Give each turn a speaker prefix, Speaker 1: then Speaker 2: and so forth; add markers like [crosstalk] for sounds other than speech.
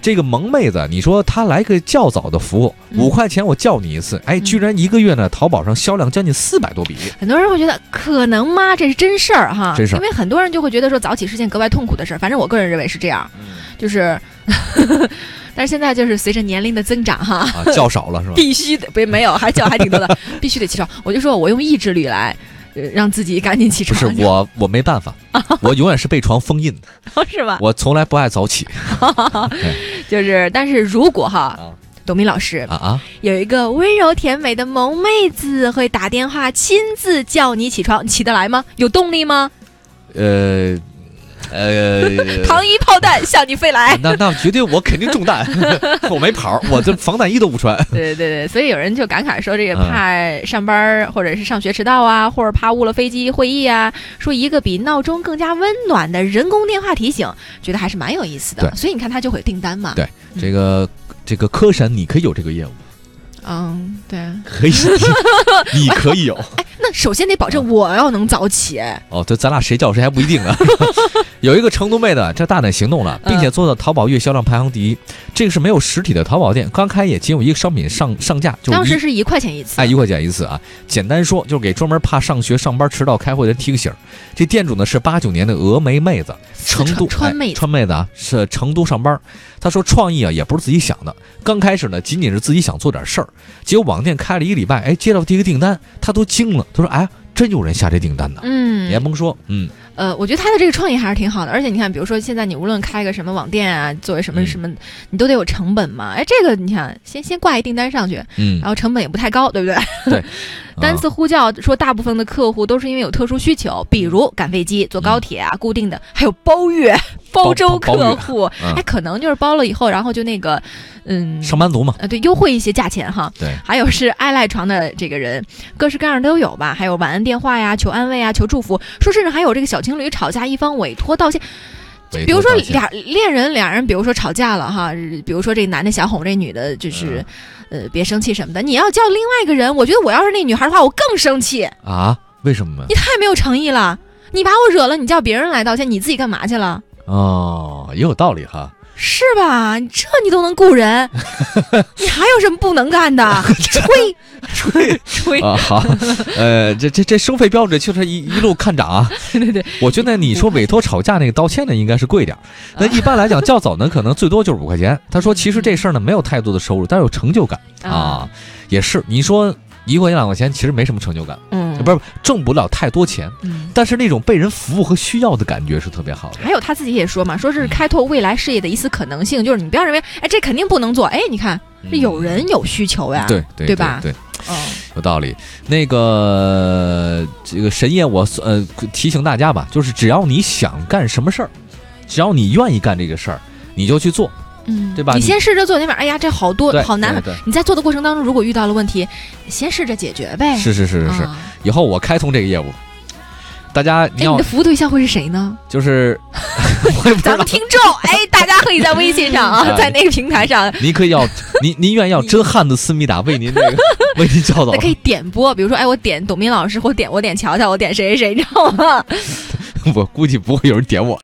Speaker 1: 这个萌妹子，你说她来个较早的服务，
Speaker 2: 嗯
Speaker 1: 五块钱我叫你一次，哎，居然一个月呢，淘宝上销量将近四百多笔。
Speaker 2: 很多人会觉得可能吗？这是真事儿哈，
Speaker 1: 真事儿
Speaker 2: 因为很多人就会觉得说早起是件格外痛苦的事儿，反正我个人认为是
Speaker 1: 嗯
Speaker 2: 这样，就是， [laughs] 但是现在就是随着年龄的增长哈，
Speaker 1: 啊，较少了是吧？
Speaker 2: 必须得不是没有，还叫还
Speaker 1: [laughs]
Speaker 2: 挺多的，必须得起床。我就说我用意志力来。呃让自己赶紧起
Speaker 1: 不
Speaker 2: 床，
Speaker 1: 是我，我没办法，我永远是被床封印的，
Speaker 2: 是吧？
Speaker 1: 我从来不爱早起
Speaker 2: 就是，但是如果哈，
Speaker 1: 啊
Speaker 2: 董明老师
Speaker 1: 啊啊！
Speaker 2: 有一个温柔甜美的萌妹子会打电话亲自叫你起床，你起得来吗？有动力吗？
Speaker 1: 呃
Speaker 2: [laughs]
Speaker 1: 呃，
Speaker 2: 糖衣炮弹向你飞来。
Speaker 1: 那那绝对我肯定中弹，我没跑，我这防弹衣都不穿。 [laughs]
Speaker 2: 对对对，所以有人就感慨说，这个
Speaker 1: 嗯
Speaker 2: 怕上班儿或者是上学迟到啊，或者怕误了飞机、会议啊，说一个比闹钟更加温暖的人工电话提醒，觉得还是蛮有意思的。
Speaker 1: 对
Speaker 2: 所以你看，他就会订单嘛。
Speaker 1: 对这个这个科神，你可以有这个业务，
Speaker 2: 嗯，对。
Speaker 1: 可以，你可以有。
Speaker 2: 那首先得保证我要能早起，
Speaker 1: 哦，这咱俩谁叫谁还不一定
Speaker 2: [laughs]
Speaker 1: 呢。有一个成都妹的，这大胆行动了，
Speaker 2: 嗯
Speaker 1: 并且做到淘宝月销量排行第一。这个是没有实体的淘宝店，刚开业仅有一个商品上上架，就
Speaker 2: 当
Speaker 1: 一
Speaker 2: 时是一块钱一次。
Speaker 1: 哎一块钱一次啊。简单说，就是给专门怕上学、上班迟到、开会的人提个醒儿。这店主呢是八九年的峨眉妹子，成都
Speaker 2: 川川妹
Speaker 1: 哎、
Speaker 2: 子
Speaker 1: 川妹子啊，是成都上班儿。她说创意啊也不是自己想的，刚开始呢仅仅是自己想做点事儿，结果网店开了一个礼拜，哎接到第一个订单，她都惊了，她说哎真有人下这订单呢。
Speaker 2: 嗯
Speaker 1: 你还，甭说，嗯，
Speaker 2: 呃，我觉得他的这个创意还是挺好的，而且你看，比如说现在你无论开个什么网店啊，作为什么
Speaker 1: 嗯
Speaker 2: 什么，你都得有成本嘛。哎，这个你看，先先挂一订单上去，
Speaker 1: 嗯
Speaker 2: 然，后成本也不太高，对不对？单
Speaker 1: 啊
Speaker 2: 次呼叫说，大部分的客户都是因为有特殊需求，
Speaker 1: 嗯
Speaker 2: 比如赶飞机、坐高铁啊，固定的，还有包月、包周
Speaker 1: 包包月
Speaker 2: 客户，
Speaker 1: 嗯
Speaker 2: 哎，可能就是包了以后，然后就那个，嗯，
Speaker 1: 上班族嘛，
Speaker 2: 呃，对，优惠一些价钱哈。
Speaker 1: 对，
Speaker 2: 还有是爱赖床的这个人，各式各样都有吧。还有晚安电话呀、求安慰啊、求祝福，说甚至还有这个小情侣吵架，一方委托道歉。
Speaker 1: 委
Speaker 2: 比如
Speaker 1: 托
Speaker 2: 说
Speaker 1: 道歉
Speaker 2: 俩恋人俩人，比如说吵架了哈，比如说这男的想哄这女的，就是、
Speaker 1: 嗯
Speaker 2: 呃别生气什么的。你要叫另外一个人，我觉得我要是那女孩的话，我更生气。
Speaker 1: 啊，为什么呢
Speaker 2: 你？太没有诚意了，你把我惹了，你叫别人来道歉，你自己干嘛去了？
Speaker 1: 哦，也有道理
Speaker 2: [laughs]
Speaker 1: 哈。
Speaker 2: 是吧？你这你都能
Speaker 1: [laughs]
Speaker 2: 雇人，你还有什么不能干的？吹
Speaker 1: [laughs] 吹
Speaker 2: 吹
Speaker 1: 啊，好，呃，这这这收费标准确实一一路看涨啊。
Speaker 2: [laughs] 对啊对，
Speaker 1: 我觉得你说委托吵架那个道歉呢，应该是贵点儿。那一般来讲，较早呢，可能最多就是五块钱。他说，其实这事儿呢，没有太多的收入，但是有成就感啊，，也是。你说一块钱两块钱，其实没什么成就感，
Speaker 2: 嗯，
Speaker 1: 不是挣不了太多钱，
Speaker 2: 嗯，
Speaker 1: 但是那种被人服务和需要的感觉是特别好的。
Speaker 2: 还有他自己也说嘛，说
Speaker 1: 嗯
Speaker 2: 是开拓未来事业的一丝可能性，就是你不要认为，哎，这肯定不能做，哎，你看这有人有需求呀，
Speaker 1: 嗯，对对
Speaker 2: 对吧
Speaker 1: 对，
Speaker 2: 嗯，
Speaker 1: 有道理。那个这个神爷我，呃提醒大家吧，就是只要你想干什么事儿，只要你愿意干这个事儿，你就去做。
Speaker 2: 嗯，
Speaker 1: 对吧
Speaker 2: 你
Speaker 1: 你
Speaker 2: 先试着做，你发现哎呀，这好多
Speaker 1: 对，
Speaker 2: 好难。
Speaker 1: 对，
Speaker 2: 你在做的过程当中，如果遇到了问题，先试着解决呗。
Speaker 1: 对是是是是是。
Speaker 2: 啊
Speaker 1: 以后我开通这个业务，大家你
Speaker 2: 哎，你
Speaker 1: 要
Speaker 2: 的服务对象会是谁呢？
Speaker 1: 就是
Speaker 2: [laughs]
Speaker 1: 我也不知
Speaker 2: 咱
Speaker 1: 道
Speaker 2: 们，听众，哎，大家可以在微信上啊，
Speaker 1: [laughs] 哎
Speaker 2: 在那个平台上，
Speaker 1: 您可以要您您愿意要真汉子思密达为您这个为您教导
Speaker 2: 那，可以点播，比如说，哎，我点董明老师，或点我点乔乔，我点谁谁谁，你知道吗？
Speaker 1: 我估计不会有人点我。